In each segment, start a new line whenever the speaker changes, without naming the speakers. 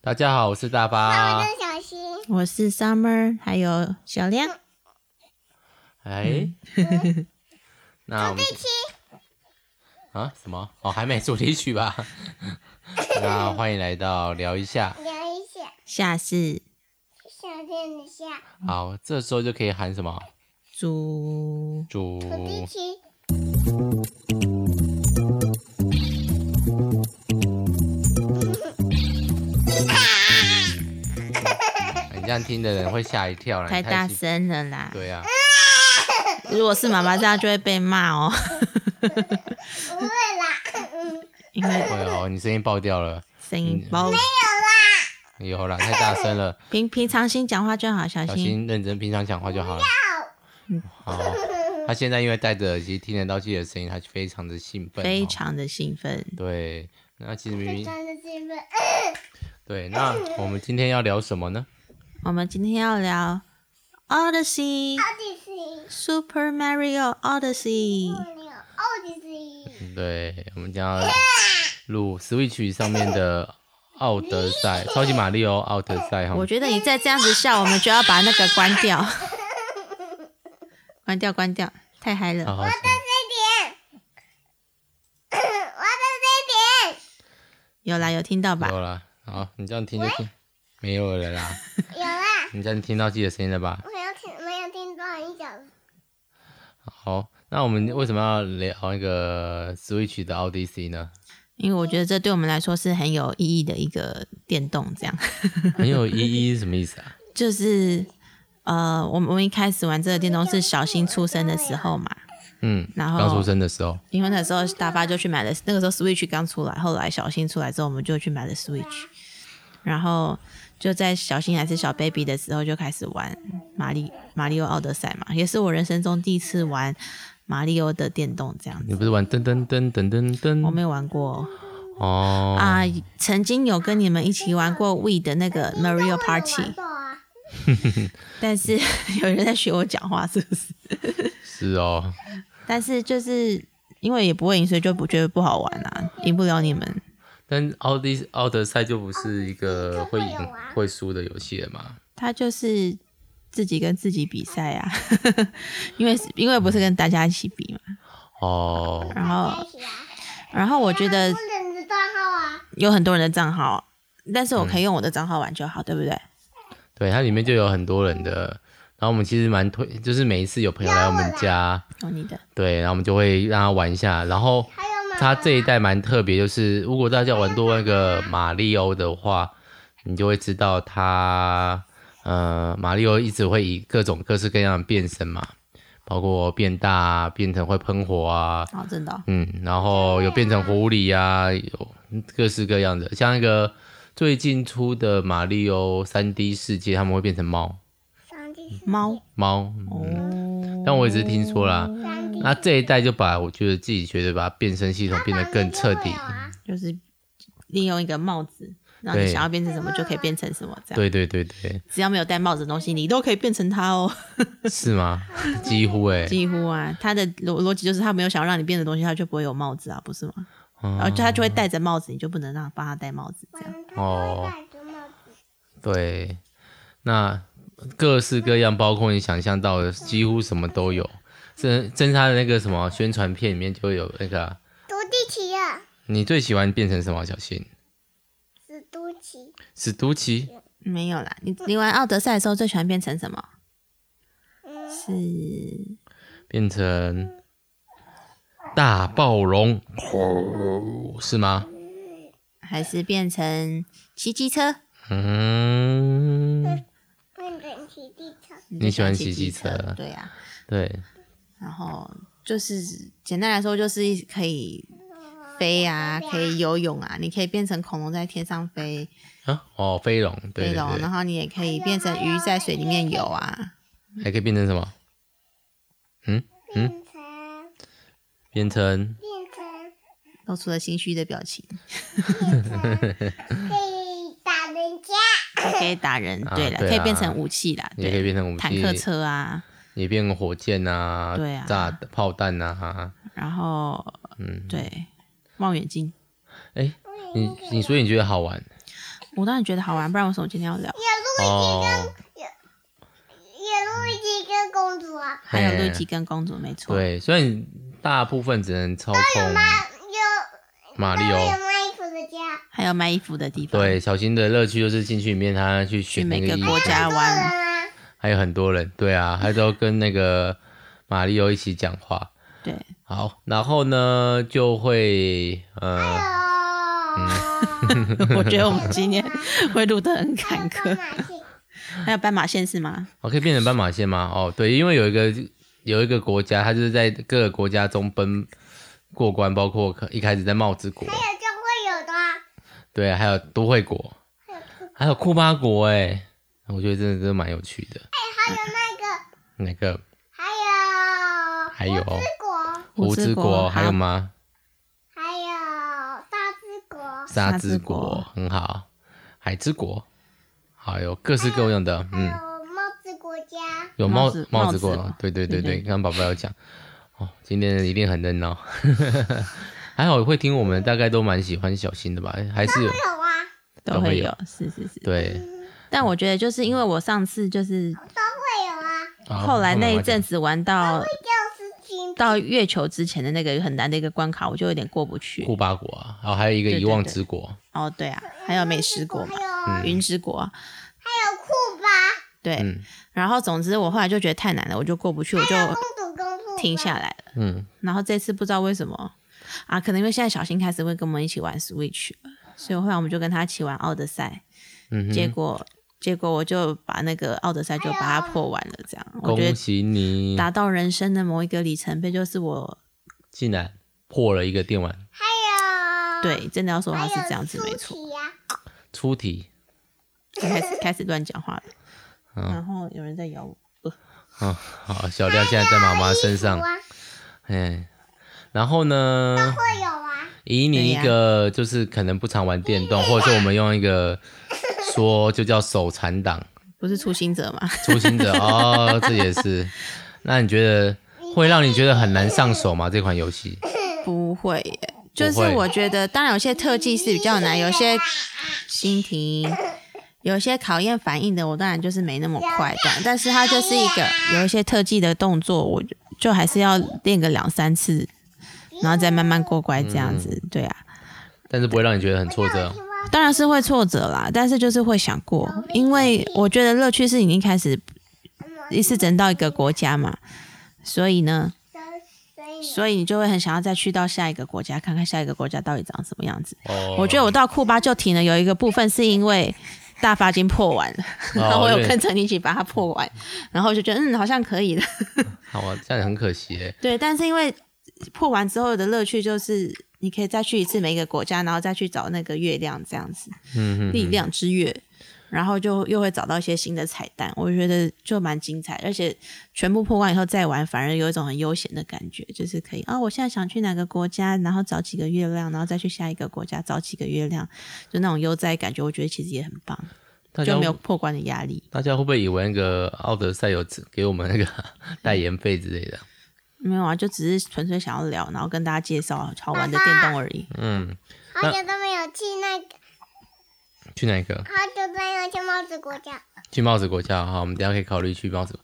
大家好，我是大
那我
发。
是小新，
我是 Summer，还有小亮。
哎，那我们啊什么？哦，还没主题曲吧？ 那欢迎来到聊一下。
聊一下
下是
夏天的夏，
好，这时候就可以喊什么？
主
主
土地区
哎你这样听的人会吓一跳啦，
太大
心。
声了啦！
对呀、啊，
如果是妈妈这样，就会被骂哦，
不会啦，嗯，
因为
会哦，你声音爆掉了，
声音
嗯
包。
有啦，太大声了，
平平常心讲话就好，小
小
心。
心认真平常讲话就好了。好，他现在因为戴着耳机听得到自己的声音，他非常的兴奋哦，
非常的兴奋，
对。那其实明
非
明
常的嗯兴奋，
对，那我们今天要聊什么呢？
我们今天要聊 Odyssey
奥迪斯尼，
Super Mario Odyssey。
我有奥迪斯尼，
对，我们将要录 Switch 上面的《奥德赛》超级马里奥《奥德赛》哈
我。觉得你再这样子笑，我们就要把那个关掉， 关掉，关掉，太嗨
好
了。
好，
这点，嗯我的
有啦，有听到吧？
有了，好，你这样听就听，没有了啦。
这点有啦，
你这样听到自己的声音了吧？
我要听，没有听到你讲，
好，那我们为什么要聊那个 Switch 的 Odyssey 呢？
因为我觉得这对我们来说是很有意义的一个电动，这样
很有意义是什么意思啊？
就是呃，我们我们一开始玩这个电动是小新出生的时候嘛，
嗯，
然后
刚出生的时候，
因为那时候大发就去买了，那个时候 Switch 刚出来，后来小新出来之后，我们就去买了 Switch，然后就在小新还是小 baby 的时候就开始玩马里马里奥奥德赛嘛，也是我人生中第一次玩马里奥的电动这样
你
子，
不是玩噔噔噔噔噔噔
我没有玩过哦。
哦？
啊，曾经有跟你们一起玩过 We 的那个 Mario
我有
Party，
玩过啊，
但是 有人在学我讲话，是不是？
是哦，
但是就是因为也不会赢，所以就不觉得不好玩啊，赢不了你们。
但奥迪奥德赛就不是一个会赢
会有啊
会输的游戏了嘛？
他就是自己跟自己比赛啊， 因为因为不是跟大家一起比嘛。
哦，
然
开
后
始啊，
然后我觉得
不能的账号啊，
有很多人的账号，但是我可以用我的账号玩就好，对不对？
对，它里面就有很多人的。然后我们其实蛮推，就是每一次有朋友来我们家，
用你的，
对，然后我们就会让他玩一下。然后
还有吗？
它这一代蛮特别，就是如果大家玩过那个马里欧的话，你就会知道它，呃，马里欧一直会以各种各式各样的变身嘛，包括变大啊、变成会喷火啊，
哦，真的哦、
嗯，然后有变成狐狸啊，有各式各样的，像那个最近出的马里欧三 D 世界，他们会变成猫
上帝，
猫
猫，嗯，
哦，
但我也是听说啦。
上帝，
那这一代就把我觉得自己觉得把变身系统变得更彻底，
啊
就是利用一个帽子，然后
对
你想要变成什么就可以变成什么，这样。
对对对对，
只要没有戴帽子的东西，你都可以变成它哦。
是 吗？几乎哎、欸，
几乎啊，他的逻逻辑就是他没有想要让你变的东西，他就不会有帽子啊，不是吗？然后
嗯
就他就会戴着帽子，你就不能让他帮他戴帽子这样。
哦
哦，
对，那各式各样，包括你想象到的，几乎什么都有。侦侦他的那个什么宣传片里面就会有那个啊、
独地奇啊，
你最喜欢变成什么？小新
是独奇，
史都奇
没有啦，你你玩奥德赛的时候最喜欢变成什么？
嗯，
是
变成大暴龙，是吗？
还是变成骑机车？
嗯，
混整齐地层。
你喜欢骑
机
机车
对呀、
对，
然后就是简单来说，就是可以飞啊，可以游泳啊，你可以变成恐龙在天上飞
啊，哦，飞龙，对
飞龙，
对
然后你也可以变成鱼在水里面游啊。
对，还可以变成什么？
变成
变成
变成
露出了心虚的表情，
变成被打人家，
可以打人，
啊
对了，
对
可以变
啊
成武器啦，
也可以
对，
变成武器，
坦克车啊，
也变火箭啊，
对啊
炸炮弹啊，
然后
嗯，
对望远镜，
哎、你你所以你觉得好玩？
我当然觉得好玩，不然为什么今天要聊？
哦，
也录一集跟公主啊，
还有
嘿
露琪跟公主，没错。
对，所以你大部分只能操控
有
马里
有
奥。
卖衣服的家，
还有卖衣服的地方，，
对，小新的乐趣就是进去里面，他去
去
选那
每
个
个
衣
国
服，
家
做人
玩，
啊，
还有很多人，对啊，还都跟那个马里奥一起讲话。
对，
好，然后呢就会呃，
哦，
我觉得我们今天会录得很坎坷。还有斑马线是吗？
哦我可以变成斑马线吗？哦，对，因为有一个有一个国家，它就是在各个国家中奔过关，包括可一开始在帽子国，
还有就会有的啊，
对，还有都会国，还有库巴国，哎，我觉得真的真的蛮有趣的。
还有那个，
那个还
还有
有
胡之国，
胡之
胡之
国
国
还有吗？
还有大之国，
沙
沙
之
之
国
国
很好，海之国，还有各式各样的，
还
嗯，
有帽子国家，
有帽
帽子
帽
帽
子
子
国
国，
对对对
对
对，
对
刚刚宝宝有讲，哦，今天一定很热闹， 还好会听我们，大概都蛮喜欢小新的吧，还是有
有啊，
都
都
会
会
有
有，是是是。
对，
但我觉得就是因为我上次就是
会有啊，
好
后来那
我
一
讲
阵子玩到
就是金
到月球之前的那个很难的一个关卡，我就有点过不去。
库巴国啊，然后还有一个
对
遗
对
忘
对
之国，
哦，对啊，还有美食国嘛
还，有
云之国啊，
还有库巴
对。
嗯
然后总之我后来就觉得太难了，我就过不去，我就
公主公主
停下来了。
嗯，
然后这次不知道为什么啊，可能因为现在小新开始会跟我们一起玩 Switch 了，所以后来我们就跟他一起玩奥德赛，
嗯哼
结果。结果我就把那个奥德赛就把它破完了，这样我觉
恭
得
喜你
达到人生的某一个里程碑，就是我
竟然破了一个电玩
还有
对真的要说
还
它
有
是这样子没
苏
错，
琪哎啊
出题，
呀，
开始开始乱讲话了，
嗯
然后有人在咬我，呃
嗯，好，小廖现在在妈妈身上
还，有衣服啊
嗯，然后呢，
会有啊，
以你一个就是可能不常玩电 动，或者是我们用一个说就叫手残党、
不是初心者嘛？
初心者哦，这也是。那你觉得会让你觉得很难上手吗？这款游戏？
不会耶，就
不
是
会
我觉得，当然有些特技是比较难，有些
啊
心停，有些考验反应的，我当然就是没那么快这样。但是它就是一个有一些特技的动作，我就就还是要练个两三次，然后再慢慢过关这样子。
嗯
对啊，
但是不会让你觉得很挫折
青蛙
当然是会挫折啦，但是就是会想过，因为我觉得乐趣是已经开始一次整到一个国家嘛，所以呢，
所以
所以你就会很想要再去到下一个国家，看看下一个国家到底长什么样子。
哦。
我觉得我到库巴就停了，有一个部分是因为大发已经破完了，
哦
然后 我有
对
跟着你一起把它破完，然后我就觉得嗯好像可以的，
好啊，这样很可惜耶。
对。但是因为破完之后的乐趣就是你可以再去一次每一个国家，然后再去找那个月亮这样子，
嗯
力
哼，
量之月，然后就又会找到一些新的彩蛋，我觉得就蛮精彩，而且全部破完以后再玩，反而有一种很悠闲的感觉，就是可以啊、我现在想去哪个国家，然后找几个月亮，然后再去下一个国家找几个月亮，就那种悠哉感觉，我觉得其实也很棒，
大家
就没有破关的压力。
大家会不会以为那个奥德赛有给我们那个 代言费之类的？
没有啊，就只是纯粹想要聊，然后跟大家介绍好玩的电动而已。
嗯，
好久都没有去那个，
去哪个？
好久都没有去帽子国家，
去帽子国家哈，我们等一下可以考虑去帽子国。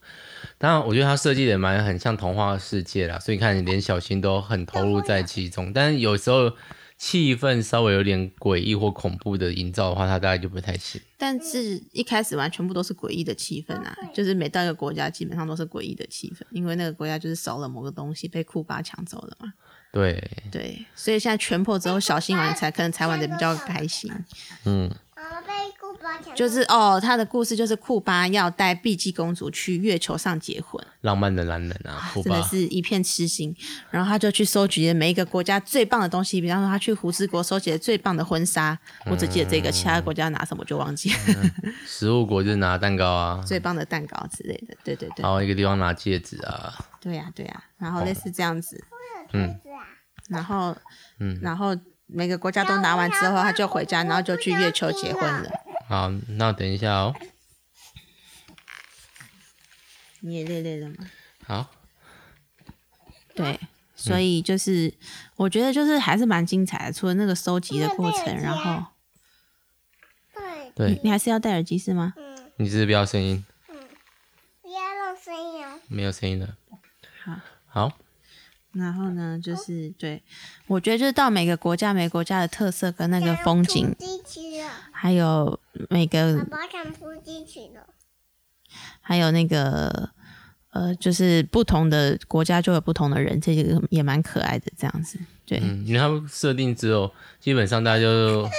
当然，我觉得它设计的蛮很像童话世界啦，所以你看连小新都很投入在其中。但是有时候气氛稍微有点诡异或恐怖的营造的话，它大概就不太行。
但是一开始玩全部都是诡异的气氛啊，就是每到一个国家基本上都是诡异的气氛，因为那个国家就是少了某个东西被库巴抢走了嘛。
对，
对，所以现在全破之后，小新玩才可能才玩的比较开心。
嗯，
然后被古堡抢走，
就是哦，他的故事就是库巴要带碧姬公主去月球上结婚，
浪漫的男人啊，酷
真的
吧？
是一片痴心。然后他就去收集了每一个国家最棒的东西，比方说他去胡之国收集了最棒的婚纱，我只记得这个，其他国家拿什么我就忘记了。
食物国就是拿蛋糕啊，
最棒的蛋糕之类的，对对对
然，后一个地方拿戒指啊，
对呀、对呀、然后类似这样子，
兔子啊，
然后
嗯
然后每个国家都拿完之后，他就回家，然后就去月球结婚了。
啊好，那等一下哦。
你也累累了吗？嗯
好，
对，
啊
所以就是、我
啊
觉得就是还是蛮精彩的，除了那个收集的过程，然后
对，
对，
你还是要戴耳机是吗？
嗯，
你是不是不要声音，
不要让声音啊。
没有声音了。
好，
好，
然后呢，就是对，我觉得就是到每个国家，每个国家的特色跟那个风景
想，出机器了，
还有每
爸
个
爸想出机器了。
还有那个呃，就是不同的国家就有不同的人，这个也蛮可爱的这样子。对，
嗯，因为他们设定只有基本上大家 就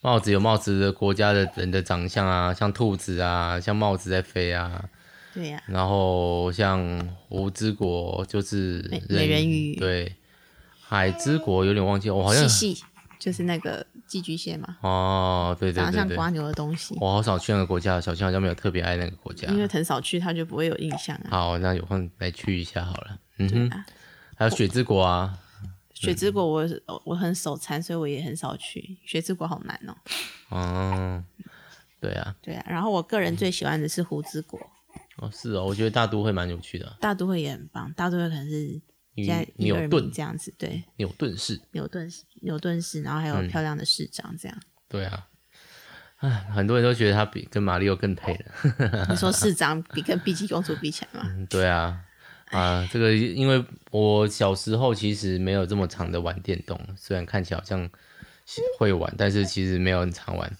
帽子有帽子的国家的人的长相啊，像兔子啊，像帽子在飞啊，
对呀、
然后像湖之国就是
美美人鱼
对，海之国有点忘记，我好像
细细就是那个寄居蟹嘛，
哦，对对
长得
对
像
对，
瓜牛的东西，
我好少去那个国家，小新好像没有特别爱那个国家。
因为很少去，它就不会有印象啊。
好，那有空来去一下好了。嗯
对
哼，
啊，
还有雪之国啊，
雪之国我我很手残，所以我也很少去。雪之国好难
嗯
哦。
哦，对啊，
对啊，然后我个人最喜欢的是湖之国，
哦是哦，我觉得大都会蛮有趣的啊，
大都会也很棒，大都会可能是
因
加
为
一
牛
二名
顿
这样子，对，
牛顿市，
牛顿市牛顿市，然后还有
嗯
漂亮的市长 这样。
对啊，唉，很多人都觉得他比跟马里奥更配了，
你说市长比跟碧琪公主比起来嘛？
嗯对啊。啊，这个因为我小时候其实没有这么长的玩电动，虽然看起来好像是会玩，但是其实没有很常玩，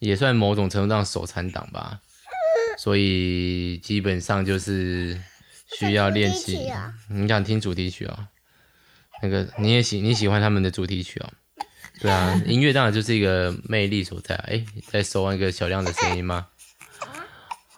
也算某种程度上手残党吧。所以基本上就是需要练
我想听主题
习
曲
哦
啊。
你想听主题曲哦？那个你也喜你喜欢他们的主题曲哦？对啊，音乐当然就是一个魅力所在啊。哎、在收那个小亮的声音吗？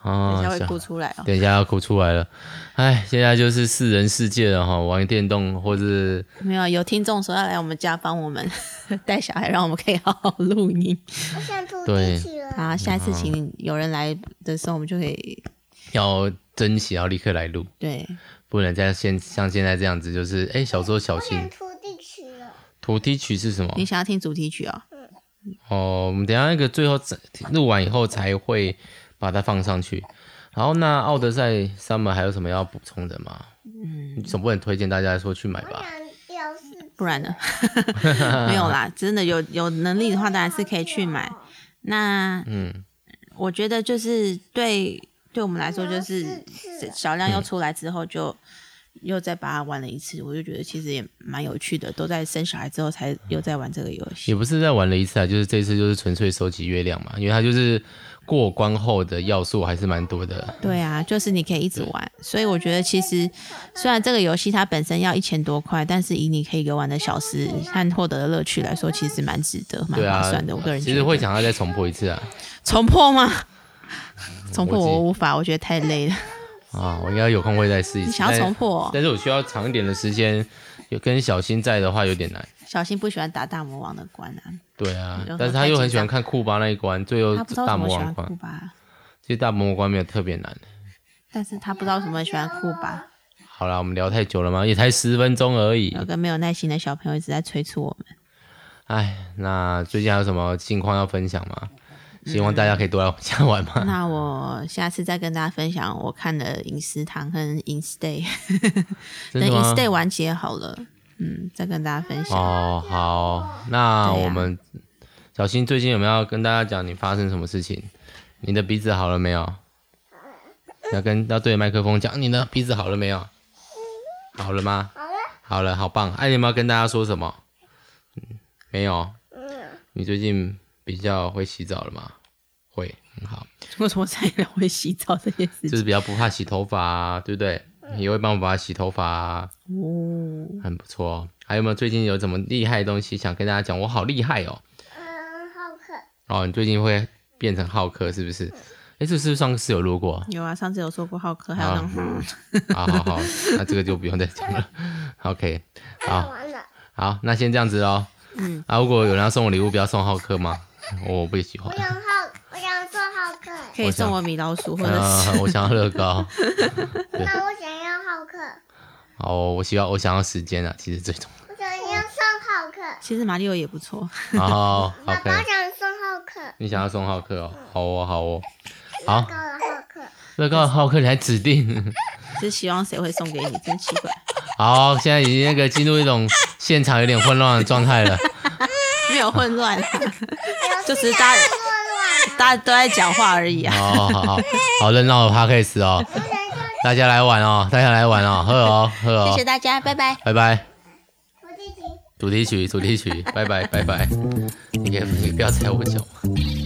等
啊
一下，会
小
哭出来哦。
等一下要哭出来了。哎，现在就是四人世界了哈，玩电动或是
没有，有听众说要来我们家帮我们 带小孩，让我们可以好好录音。
我想出
对
机器了。
好，下次请有人来的时候，我们就可以
要珍惜，要立刻来录，
对
不能再现像现在这样子，就是哎、小时候小
我
心
想。出机器了。
土地曲是什么？
你想要听主题曲哦。
哦，我们等一下那个最后再录完以后才会把它放上去。然后那《奥德赛》Summer 还有什么要补充的吗？嗯，总不能推荐大家说去买
我
吧？
想吊饰。
不然呢？没有啦，真的有有能力的话，当然是可以去买。那
嗯，
我觉得就是对对我们来说，就是
嗯是
小亮又出来之后就。又再把它玩了一次，我就觉得其实也蛮有趣的。都在生小孩之后才又在玩这个游戏
也，不是在玩了一次啊，就是这次就是纯粹收集月亮嘛，因为它就是过关后的要素还是蛮多的。
对啊，就是你可以一直玩。所以我觉得其实虽然这个游戏它本身要一千多块，但是以你可以游玩的小时和获得的乐趣来说，其实蛮值得、蛮
对啊
划算的。我个人
其
觉
实
得
会想要再重播一次啊
重破吗？重破
我
我
记
无法，我觉得太累了。
啊！我应该有空会再试一次。
你想要重破哦、
但是我需要长一点的时间，有跟小新在的话有点难。
小新不喜欢打大魔王的关啊，
对啊
有时候，
但是他又很喜欢看库巴那一关，最后
他不知道为
大
什么
魔
喜
王
欢
关
库。巴，
其实大魔王关没有特别难。
但是他不知道为什么喜欢库巴。
好啦，我们聊太久了吗？也才十分钟而已
有。个没有耐心的小朋友一直在催促我们，
哎，那最近还有什么近况要分享吗？希望大家可以多来我家玩嘛。
那我下次再跟大家分享我看的《饮食堂》跟《In Stay》，
真
等《
的
In
吗？
Stay》完结好了，嗯，再跟大家分享。
哦，好，那
对啊
我们、小新最近有没有要跟大家讲你发生什么事情？你的鼻子好了没有？要跟要对着麦克风讲，你的鼻子好了没有？好了吗？
好了，
好了，好棒！哎、你有没有跟大家说什么？嗯，没有。
嗯，
你最近比较会洗澡了吗？会，很好，
为什么才聊会洗澡这件事
就
情？
是比较不怕洗头发、啊，对不对？也会帮我把它洗头发、啊，
哦，
很不错哦。还有没有最近有什么厉害的东西想跟大家讲？我好厉害哦！
嗯，好可。
哦，你最近会变成好客是不是？哎，这是不是上次有录过啊
有啊，上次有说过浩克，还有那
嗯
种，
好好好，那这个就不用再讲了。OK，
看
好
完了，
好，那先这样子哦。
嗯，
啊，如果有人要送我礼物，不要送浩克吗？我不喜
我
欢。
想好，我想做浩克。
可以送我米老鼠，或者
啊
是，
我想要乐高。
那我想要浩克，
哦，我需要我想要时间啊，其实最重
我想要送浩克。
其实马里奥也不错。
要。哦
爸
，OK。
爸想送浩克，
你想要送浩克哦？好哦，好哦，好
高，了浩克。
乐高的浩克你还指定？
是希望谁会送给你，真奇怪。
好，现在已经那个进入一种现场有点混乱的状态了。
啊 哎没有混乱、就只是大家
落乱，
大家都在讲话而已啊。
哦，好好好热闹的 podcast 哦，大家来玩哦，大家来玩哦，喝哦喝哦
谢，谢大家，拜拜。
拜拜，
我自己。
主题曲主题曲，拜拜拜拜，你可以你不要踩我脚吗？